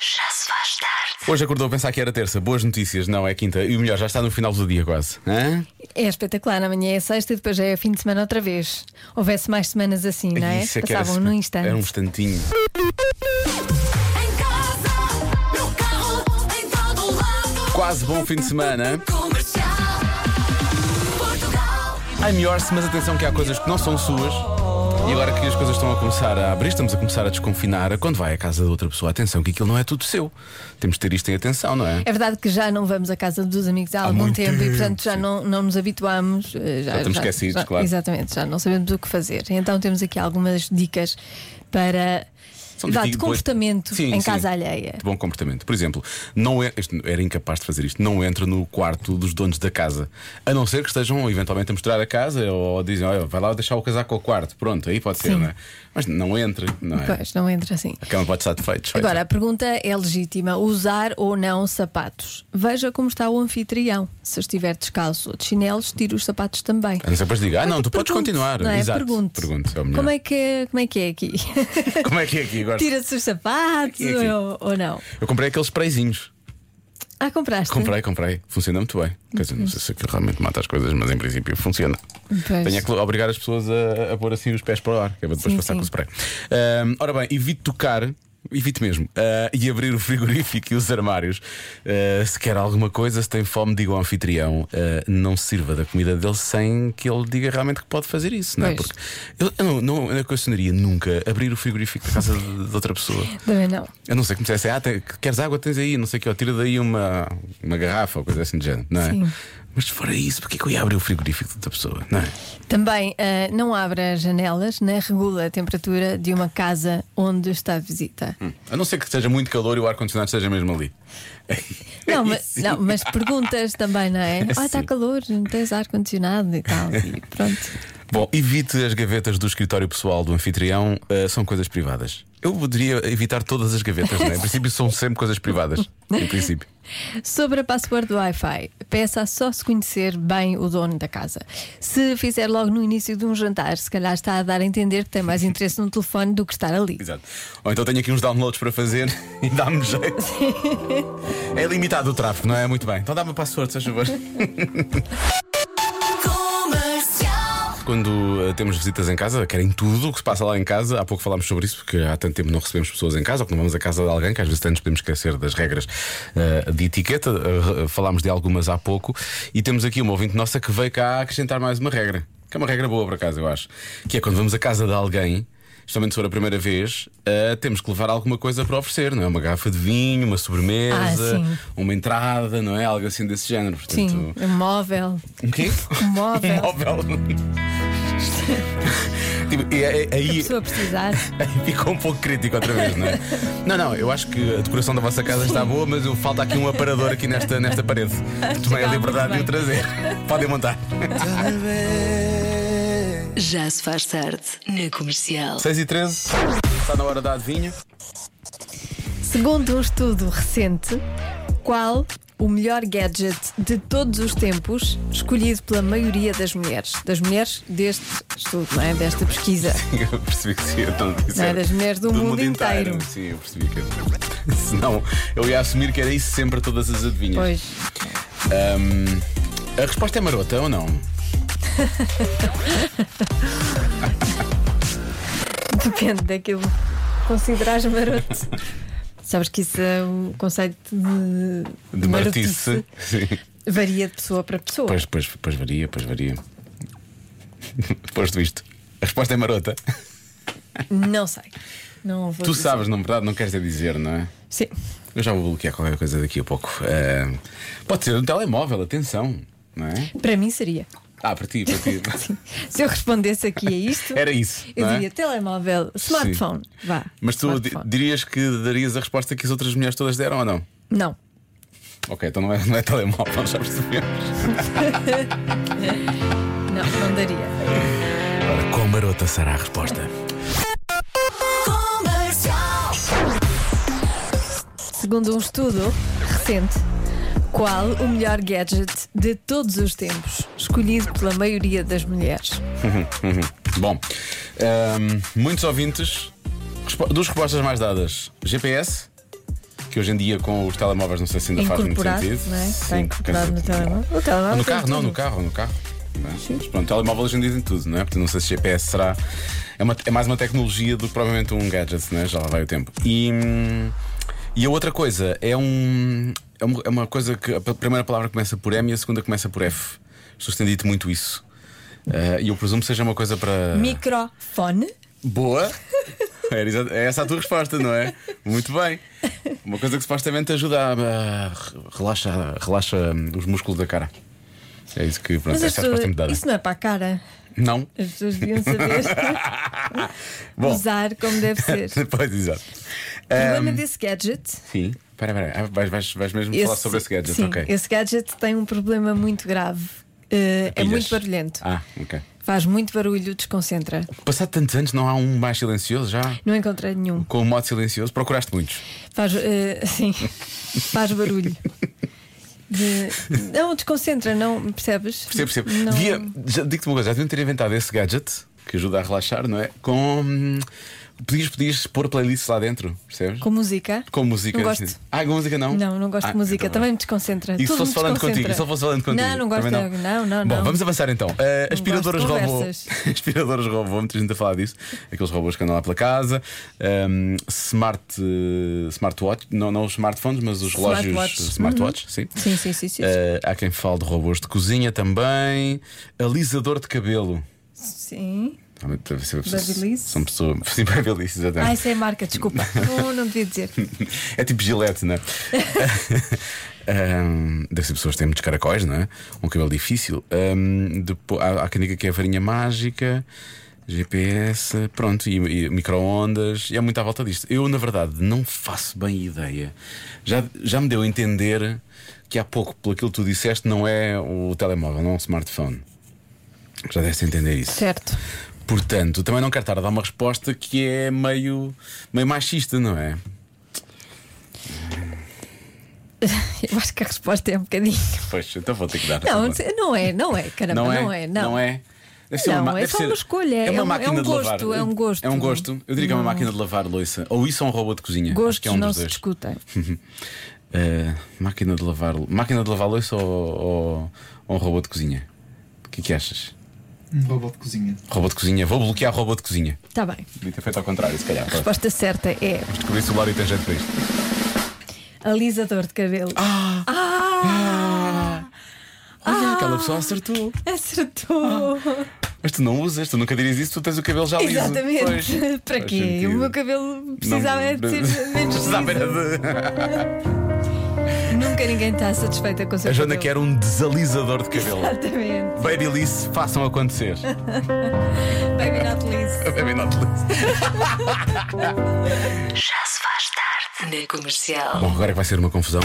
se faz tarde. Hoje acordou a pensar que era terça. Boas notícias, não é quinta. E o melhor, já está no final do dia quase. Hã? É espetacular, amanhã é sexta e depois já é fim de semana outra vez. Houvesse mais semanas assim, não é? Isso é que era- Passavam num instante. Era um instantinho. Em casa, no carro, em todo lado. Quase bom fim de semana. Comercial, Portugal. I'm yours, mas atenção que há coisas que não são suas. E agora que as coisas estão a começar a abrir, estamos a começar a desconfinar. Quando vai à casa de outra pessoa, atenção que aquilo não é tudo seu. Temos de ter isto em atenção, não é? É verdade que já não vamos à casa dos amigos há, algum muito tempo, e tempo, portanto já sim. não, não nos habituamos. eh, Já, estamos esquecidos, já- claro. Exatamente, já não sabemos o que fazer. Então temos aqui algumas dicas para São vá, de dicas boas. comportamento Sim, em sim. casa alheia. De bom comportamento. Por exemplo, não é, este era incapaz de fazer isto, não entra no quarto dos donos da casa. A não ser que estejam eventualmente a mostrar a casa ou dizem, olha, vai lá deixar o casaco ao quarto. Pronto, aí pode ser, Sim. não é? Mas não entra, não é? Pois, não entra assim. A cama pode estar defeito. Agora, a pergunta é legítima: usar ou não sapatos? Veja como está o anfitrião. Se estiver descalço ou de chinelos, tire os sapatos também. A não ser depois diga, ah, não, tu podes Pergunte, continuar. não é? Exato. Pergunte. Pergunte, é o melhor. como, é que, como é que é aqui? Como é que é aqui agora? Tira-se os sapatos Aqui, aqui. Ou, ou não? Eu comprei aqueles sprayzinhos. Ah, compraste? Comprei, comprei. Funciona muito bem. Quer dizer, não sei se aquilo realmente mata as coisas, mas em princípio funciona. Pois. Tenho é que obrigar as pessoas a, a pôr assim os pés para o ar, que é para depois Sim, passar sim. com o spray. Ahm, ora bem, evite tocar. Evite mesmo. ah, e abrir o frigorífico e os armários. Ah, se quer alguma coisa, se tem fome, diga ao anfitrião. ah, não sirva da comida dele sem que ele diga realmente que pode fazer isso, não é? Pois. Porque eu, eu não, não, eu não questionaria nunca abrir o frigorífico da casa de- de outra pessoa. Também não. Eu não sei como se dissesse, ah, tem- queres água? Tens aí, não sei o que, tira daí uma, uma garrafa ou coisa assim do género, não é? Sim. Mas fora isso, porque é que eu ia abrir o frigorífico da pessoa, não é? Também ah, não abra janelas, nem regula a temperatura de uma casa onde está a visita. A não ser que esteja muito calor e o ar-condicionado esteja mesmo ali. Não, Aí mas, sim. não, mas perguntas também, não é? Ah, está Sim. calor, não tens ar-condicionado e tal. E pronto. Bom, evite as gavetas do escritório pessoal do anfitrião, eh, são coisas privadas. Eu poderia evitar todas as gavetas, não é? Em princípio, são sempre coisas privadas. Em princípio. Sobre a password do Wi-Fi, peça só se conhecer bem o dono da casa. Se fizer logo no início de um jantar, se calhar está a dar a entender que tem mais interesse no telefone do que estar ali. Exato. Ou então tenho aqui uns downloads para fazer e dá-me jeito. É limitado o tráfego, não é? Muito bem. Então dá-me a password, se faz favor. Comercial, Quando eh, temos visitas em casa, querem tudo o que se passa lá em casa. Há pouco falámos sobre isso, porque há tanto tempo não recebemos pessoas em casa ou que não vamos à casa de alguém, que às vezes até nos podemos esquecer das regras eh, de etiqueta. Eh, re- falámos de algumas há pouco. E temos aqui uma ouvinte nossa que veio cá acrescentar mais uma regra, que é uma regra boa para casa, eu acho. Que é quando vamos à casa de alguém. Justamente se for a primeira vez, eh, temos que levar alguma coisa para oferecer, não é? Uma garrafa de vinho, uma sobremesa, Ah, sim. uma entrada, não é? Algo assim desse género. Portanto, Sim, um móvel. um quê? Um móvel. Tipo, e aí- Se a aí, pessoa precisar. aí ficou um pouco crítico outra vez, não é? Não, não, eu acho que a decoração da vossa casa está boa, mas eu- falta aqui um aparador aqui nesta, nesta parede. Tomei a muito liberdade de o bem. trazer. Podem montar. Já se faz tarde na comercial. 6 e 13 está na hora da adivinha. Segundo um estudo recente, qual o melhor gadget de todos os tempos escolhido pela maioria das mulheres? Das mulheres deste estudo, não é? Desta pesquisa. Eu percebi que sim, então disseram. Não, é das mulheres do mundo inteiro. Sim, eu percebi que. Senão, eu ia assumir que era isso sempre a todas as adivinhas. Pois. Ahm, a resposta é marota ou não? Depende daquilo que consideras maroto. Sabes que isso é um conceito de, De martice. Sim. Varia de pessoa para pessoa. Pois, pois, pois varia, pois varia. Posto isto, a resposta é marota. Não sei. Não vou Tu dizer. sabes, na verdade, não queres é dizer, não é? Sim. Eu já vou bloquear qualquer coisa daqui a pouco. Ah, pode ser um telemóvel, atenção, não é? Para mim seria. Ah, para ti, para ti. Sim. Se eu respondesse aqui a isto, Era isso. eu não é? diria telemóvel, smartphone. Vá. Mas tu di- smartphone. dirias que darias a resposta que as outras mulheres todas deram ou não? Não. Ok, então não é, não é telemóvel, já percebemos. Não, não daria. Ora, qual marota será a resposta? comercial. Segundo um estudo recente, qual o melhor gadget de todos os tempos, escolhido pela maioria das mulheres? Uhum, Bom, ehm, ahm, muitos ouvintes, respo- duas respostas mais dadas: GPS que hoje em dia com os telemóveis não sei se ainda faz muito Incorporado, sentido. não é? Sim, Está incorporado quer no dizer, telemóvel. O telemóvel Ah, no tem carro, não, tudo. no carro, no carro. não é? Mas pronto, telemóvel hoje em dia tem tudo, não é? Portanto, não sei se GPS será. É, uma- é mais uma tecnologia do que provavelmente um gadget, não é? Já lá vai o tempo. E, hum, e a outra coisa é um. É uma, é uma coisa que a p- primeira palavra começa por M e a segunda começa por F. As pessoas têm dito muito isso. Ah, E eu presumo que seja uma coisa para. Microfone. Boa! Era exa- É essa a tua resposta, não é? Muito bem. Uma coisa que supostamente ajuda a, a re- relaxa, relaxa hum, os músculos da cara. É isso que pronto, Mas essa é a as pessoas- resposta me dada. isso não é para a cara. Não. As pessoas deviam saber Bom, Ehm, usar como deve ser. pois exato. O problema desse gadget. Sim. Espera, espera. Ah, Vais, vais, vais mesmo falar sobre esse gadget, sim, ok. Esse gadget tem um problema muito grave. Eh, é Pilhas. muito barulhento. Ah, ok. Faz muito barulho, desconcentra. Passado tantos anos, não há um mais silencioso já? Não encontrei nenhum. Com o modo silencioso? Procuraste muitos. Faz, eh, sim, faz barulho. De- não, desconcentra, não percebes? Percebo, percebo. Não- Devia, já, digo-te uma coisa, já deviam ter inventado esse gadget que ajuda a relaxar, não é? Com. hum, Podias, podias pôr playlists lá dentro, percebes? Com música? Com música. Não gosto. assim. Ah, com música não? Não, não gosto Ah, de música. então vai. Também me desconcentra. E se Tudo fosse me falando desconcentra. contigo? E se fosse falando contigo? Não, não gosto. Também de- Não, não, Bom, não. vamos avançar então. Uh, aspiradoras gosto de robô. conversas. aspiradoras robô, muita gente a falar disso. Aqueles robôs que andam lá pela casa. Um, smart. eh, smartwatch. Não, não os smartphones, mas os Smartwatch. Uhum. relógios. Smartwatch, sim. Sim, sim, sim, sim. Eh, há quem fale de robôs de cozinha também. Alisador de cabelo. Sim. Realmente, deve ser- Babyliss. São pessoas. Sim, Babyliss, exatamente. Ah, isso é marca, desculpa. não, não devia dizer. É tipo gilete, não é? Ahm, deve ser pessoas que têm muitos caracóis, não é? Um cabelo difícil. Ahm, depo- há, há quem diga que é a farinha mágica, GPS, pronto, e, e micro-ondas. E há muito à volta disto. Eu, na verdade, não faço bem ideia. Já, já me deu a entender que há pouco, pelo aquilo que tu disseste, não é o telemóvel, não é um smartphone. Já deste a entender isso. Certo. Portanto, também não quero estar a dar uma resposta que é meio, meio machista, não é? Eu acho que a resposta é um bocadinho. Pois, então vou ter que dar. Não, não é, não é, caramba, não é. Não Não é? Deve ser Não, ma- é deve só ser- uma escolha, é um- é um gosto, é um gosto. É um gosto. Eu diria que é uma máquina de lavar louça. Ou isso é um robô de cozinha. Acho que Gostos é um não dos se dois. discutem. Eh, máquina de lavar Máquina de lavar louça ou, ou- ou um robô de cozinha? O que é que achas? Um robô de cozinha. Robô de cozinha, vou bloquear robô de cozinha. Está Tá bem. Devia ter feito ao contrário, se calhar. A resposta certa é Descobri se o Lório tem jeito para isto. alisador de cabelo. Ah! Ah! Olha, aquela pessoa acertou. Acertou! Ah! Mas tu não usas, tu nunca dirias isso, tu tens o cabelo já liso. Exatamente. Pois, Para faz quê? sentido. O meu cabelo precisava Não- é de ser menos Precisava liso. era de- Nunca ninguém está satisfeita com o seu A Joana cabelo. quer um desalisa-dor de cabelo. Exatamente. Babyliss, façam acontecer. Baby not liso. Baby not liss. Já se faz tarde na comercial. Bom, agora é que vai ser uma confusão.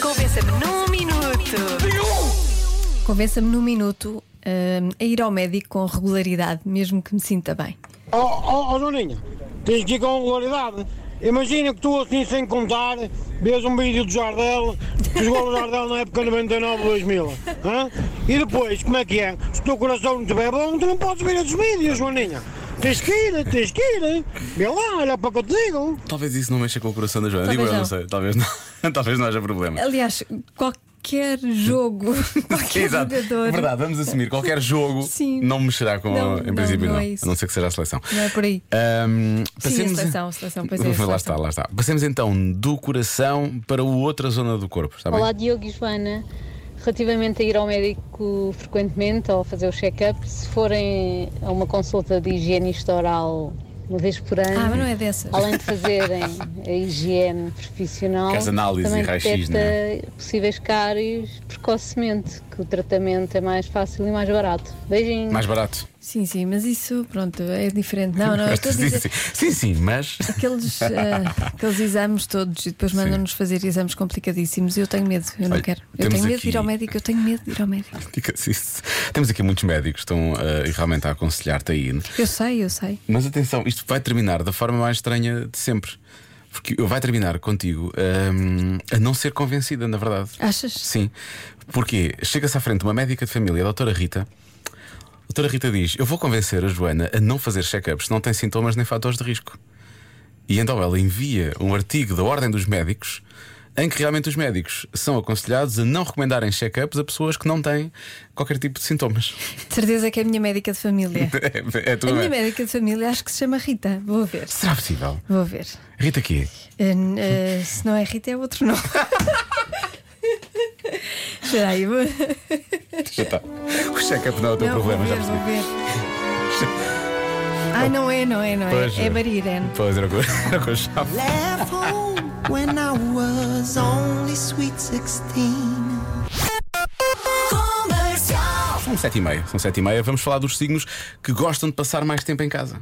Convença-me num minuto. Convença-me num minuto hum, a ir ao médico com regularidade, mesmo que me sinta bem. Ó, ó, ó, Nuninha, tens que ir com regularidade. Imagina que tu assim sem contar, vês um vídeo do Jardel, que jogou no Jardel na época 99, 2000. hã? E depois, como é que é? Se o teu coração não estiver bom, tu não podes ver esses vídeos, Joaninha. Tens que ir, tens que ir. Vê lá, olha para o que eu te digo. Talvez isso não mexa com o coração da Joana. Talvez Digo eu, não não. sei. Talvez não, talvez não haja problema. Aliás, qualquer jogo, qualquer Exato. jogador. Verdade, vamos assumir. Qualquer jogo Sim. não mexerá com. Não, em não, princípio, não. não é isso. a não ser que seja a seleção. Não é por aí. Ahm, Sim, a seleção, a seleção, pois é, a Lá seleção. está, lá está. Passemos então do coração para a outra zona do corpo. Está bem? Olá, Diogo e Joana. Relativamente a ir ao médico frequentemente ou fazer o check-up, se forem a uma consulta de higienista oral uma vez por ano, Ah, mas não é dessas. além de fazerem a higiene profissional, Aquelas análises também e raio-x, é? detecta possíveis cáries precocemente, que o tratamento é mais fácil e mais barato. Beijinhos. Mais barato. Sim, sim, mas isso, pronto, é diferente. Não, não, eu estou a sim, dizer. sim. sim, sim, mas. Aqueles, ah, aqueles exames todos e depois mandam-nos fazer exames complicadíssimos. Eu tenho medo, eu não Olha, quero. Eu temos tenho medo aqui- de ir ao médico, eu tenho medo de ir ao médico. Diga-se isso. Temos aqui muitos médicos que estão eh, realmente a aconselhar-te aí. né? Eu sei, eu sei. Mas atenção, isto vai terminar da forma mais estranha de sempre. Porque eu- vai terminar contigo hum, a não ser convencida, na verdade. Achas? Sim. Porque chega-se à frente de uma médica de família, a doutora Rita. A doutora Rita diz: Eu vou convencer a Joana a não fazer check-ups, se não tem sintomas nem fatores de risco. E então ela envia um artigo da Ordem dos Médicos em que realmente os médicos são aconselhados a não recomendarem check-ups a pessoas que não têm qualquer tipo de sintomas. De certeza que é a minha médica de família. É, é A tudo minha bem. médica de família acho que se chama Rita. Vou ver. Será possível? Vou ver. Rita aqui. Eh, n- eh, se não é Rita, é outro nome. Espera aí, vou, Já está. O check-up não é o teu não, problema, vou já ver, percebi. vou ver. Ah, não é, não é, não é. Pois é é. Barirene. Pois era com, era com a chave. Left home when I was only sweet 16. Comercial. São sete e meia. São sete e meia. Vamos falar dos signos que gostam de passar mais tempo em casa.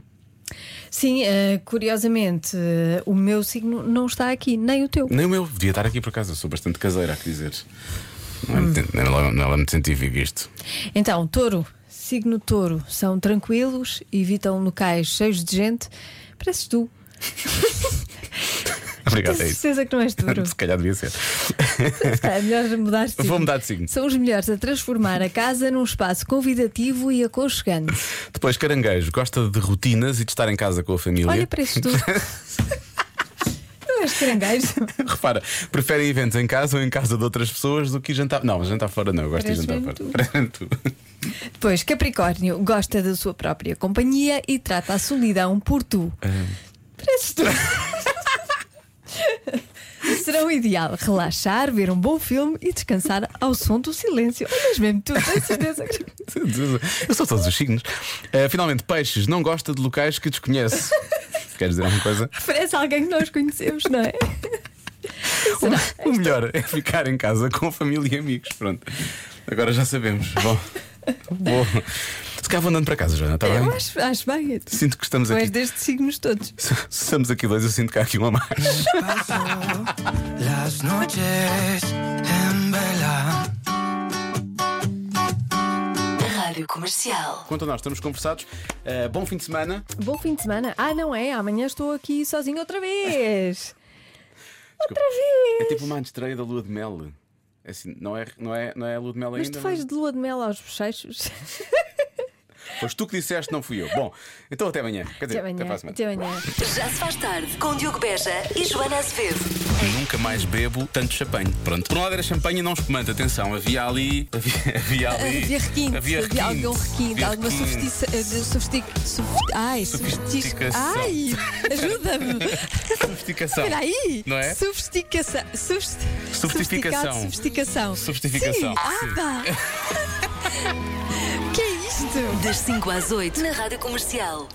Sim, eh, curiosamente, eh, o meu signo não está aqui, nem o teu. Nem o meu. Devia estar aqui por casa. Sou bastante caseira, a que dizer. Não é muito- não é- não é muito científico isto. Então, touro, signo touro, são tranquilos, evitam locais cheios de gente. Pareces tu. Tenho Obrigado, é isso. certeza que não és touro. Se calhar devia ser. Está, é melhor mudar de signo. Vou mudar de signo. São os melhores a transformar a casa num espaço convidativo e aconchegante. Depois, caranguejo. Gosta de rotinas e de estar em casa com a família. Olha, pareces tu. não és caranguejo. Repara, prefere eventos em casa ou em casa de outras pessoas do que ir jantar. Não, jantar fora não, eu gosto Parece de jantar mesmo fora. Parece-me tu. Pois, Capricórnio gosta da sua própria companhia e trata a solidão por tu. Ah. Pareces tu. Será o ideal relaxar, ver um bom filme e descansar ao som do silêncio. Ou mesmo mesmo tu, tens certeza que. Eu sou todos os signos. Eh, finalmente, peixes. Não gosta de locais que desconhece. Quer dizer alguma coisa? Parece alguém que nós conhecemos, não é? O melhor é ficar em casa com família e amigos. Pronto. Agora já sabemos. Bom. Bom. Se calhar vou andando para casa, Joana, está bem? Eu acho, acho bem. Sinto que estamos Tu és aqui. destes signos todos. Se estamos aqui dois, eu sinto que há aqui uma mais. Las noches en vela. Rádio Comercial. Quanto a nós, estamos conversados. Eh, bom fim de semana. Bom fim de semana. Ah, não é? Amanhã estou aqui sozinho outra vez. Outra É vez. tipo uma estreia da lua de mel. É Assim, não, é, não, é, não é a lua de mel Mas ainda. tu faz de lua de mel aos bochechos. Pois tu que disseste, não fui eu. Bom, então até amanhã. Quer dizer, Até amanhã. até para a semana. Até amanhã. Já se faz tarde com Diogo Beja e Joana Azevedo. Nunca mais bebo tanto champanhe. Pronto. Por um lado era champanhe e não espumante. Atenção, havia ali. Havia, havia ali. Havia requinte, havia, requinte, algum requinte, havia alguma requinte. sofistica. eh, sofistic- sof- Ai, sofistica. Sofisticação. Ai, ajuda-me. Sofisticação. Espera aí. Não é? Sofisticação. Sofist... Sofisticação. sofisticado, Sofisticação. Sofisticação, Sim. Ah, pá. que é isto? Das 5 às 8 na Rádio Comercial.